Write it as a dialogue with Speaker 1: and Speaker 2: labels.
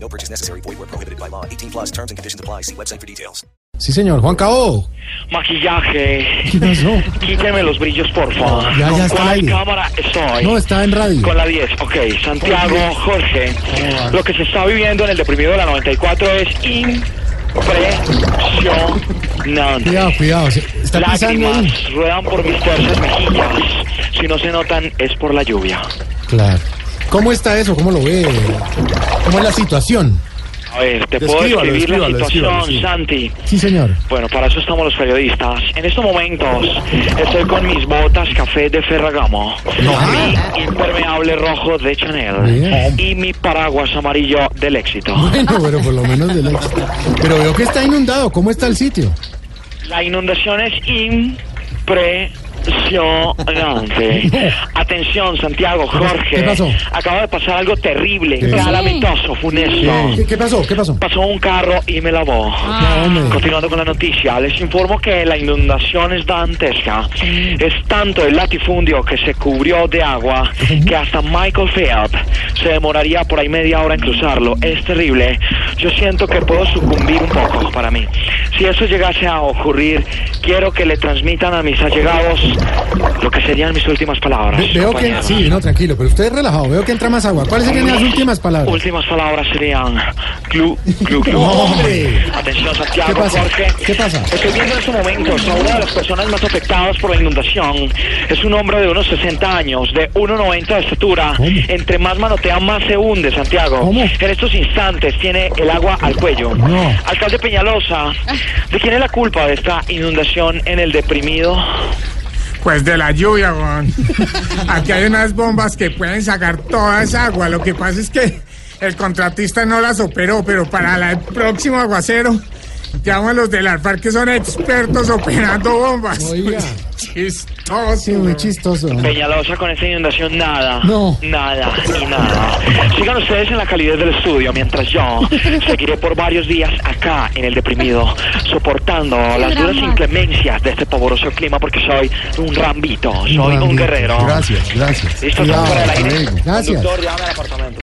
Speaker 1: No purchase necessary. Void where prohibited by law. 18 plus terms and conditions apply. See website for details.
Speaker 2: Sí, señor. Juan Cabo.
Speaker 3: Maquillaje.
Speaker 2: ¿Qué pasó?
Speaker 3: Quíteme los brillos, por favor.
Speaker 2: Ya, ya
Speaker 3: ¿Con
Speaker 2: está
Speaker 3: cuál
Speaker 2: ahí.
Speaker 3: cámara estoy?
Speaker 2: No, está en radio.
Speaker 3: Con la 10. Ok, Santiago, Jorge.
Speaker 2: Ah.
Speaker 3: Lo que se está viviendo en el deprimido de la 94 es impresionante.
Speaker 2: Cuidado, cuidado. se- Está pisando
Speaker 3: Lágrimas
Speaker 2: ahí.
Speaker 3: ruedan por mis fuerzas mejillas. Si no se notan, es por la lluvia.
Speaker 2: Claro. ¿Cómo está eso? ¿Cómo lo ve? ¿Cómo es la situación?
Speaker 3: A ver, te puedo
Speaker 4: Descríbalo,
Speaker 3: describir la
Speaker 4: descríbalo,
Speaker 3: situación,
Speaker 4: descríbalo, sí.
Speaker 3: Santi.
Speaker 2: Sí, señor.
Speaker 3: Bueno, para eso estamos los periodistas. En estos momentos estoy con mis botas café de Ferragamo, mi impermeable rojo de Chanel
Speaker 2: Bien.
Speaker 3: y mi paraguas amarillo del éxito.
Speaker 2: Bueno, pero por lo menos del éxito. Pero veo que está inundado. ¿Cómo está el sitio?
Speaker 3: La inundación es impresionante. Atención, Santiago, Jorge.
Speaker 2: ¿Qué pasó?
Speaker 3: Acaba de pasar algo terrible,
Speaker 2: ¿Qué?
Speaker 3: calamitoso, funesto.
Speaker 2: ¿Qué, qué pasó? ¿Qué pasó?
Speaker 3: Pasó un carro y me lavó.
Speaker 2: No, hombre.
Speaker 3: Continuando con la noticia, les informo que la inundación es dantesca.
Speaker 2: Mm.
Speaker 3: Es tanto el latifundio que se cubrió de agua que hasta Michael Phelps se demoraría por ahí media hora en cruzarlo. Es terrible. Yo siento que puedo sucumbir un poco para mí. Si eso llegase a ocurrir, quiero que le transmitan a mis allegados lo que serían mis últimas palabras.
Speaker 2: Ve- Veo que...
Speaker 3: compañeros.
Speaker 2: Sí, no, tranquilo. Pero usted es relajado. Veo que entra más agua. ¿Cuáles serían las últimas palabras?
Speaker 3: Últimas palabras serían clu, clu, clu.
Speaker 2: No, hombre.
Speaker 3: Atención, Santiago,
Speaker 2: ¿Qué pasa?
Speaker 3: Jorge.
Speaker 2: ¿Qué pasa?
Speaker 3: Estoy viendo en estos momentos a una de las personas más afectadas por la inundación. Es un hombre de unos 60 años, de 1,90 de estatura.
Speaker 2: ¿Cómo?
Speaker 3: Entre más manotea, más se hunde, Santiago.
Speaker 2: ¿Cómo?
Speaker 3: En estos instantes tiene el agua al cuello.
Speaker 2: No.
Speaker 3: Alcalde Peñalosa, ¿de quién es la culpa de esta inundación en el deprimido?
Speaker 5: Pues de la lluvia, weón. Aquí hay unas bombas que pueden sacar toda esa agua. Lo que pasa es que el contratista no las operó, pero para la- el próximo aguacero, llamo a los del alfar que son expertos operando bombas.
Speaker 2: Oiga.
Speaker 5: Chistoso.
Speaker 2: Sí, muy chistoso.
Speaker 3: Peñalosa con esta inundación nada.
Speaker 2: No.
Speaker 3: Nada y nada. Sigan ustedes en la calidez del estudio mientras yo seguiré por varios días acá en el deprimido, soportando las duras
Speaker 6: drama.
Speaker 3: inclemencias de este pavoroso clima porque soy un rambito, soy un guerrero.
Speaker 2: Gracias, gracias.
Speaker 3: Listo, estamos
Speaker 2: Cuidado,
Speaker 3: fuera del aire.
Speaker 2: Gracias.
Speaker 3: Conductor, llame al apartamento.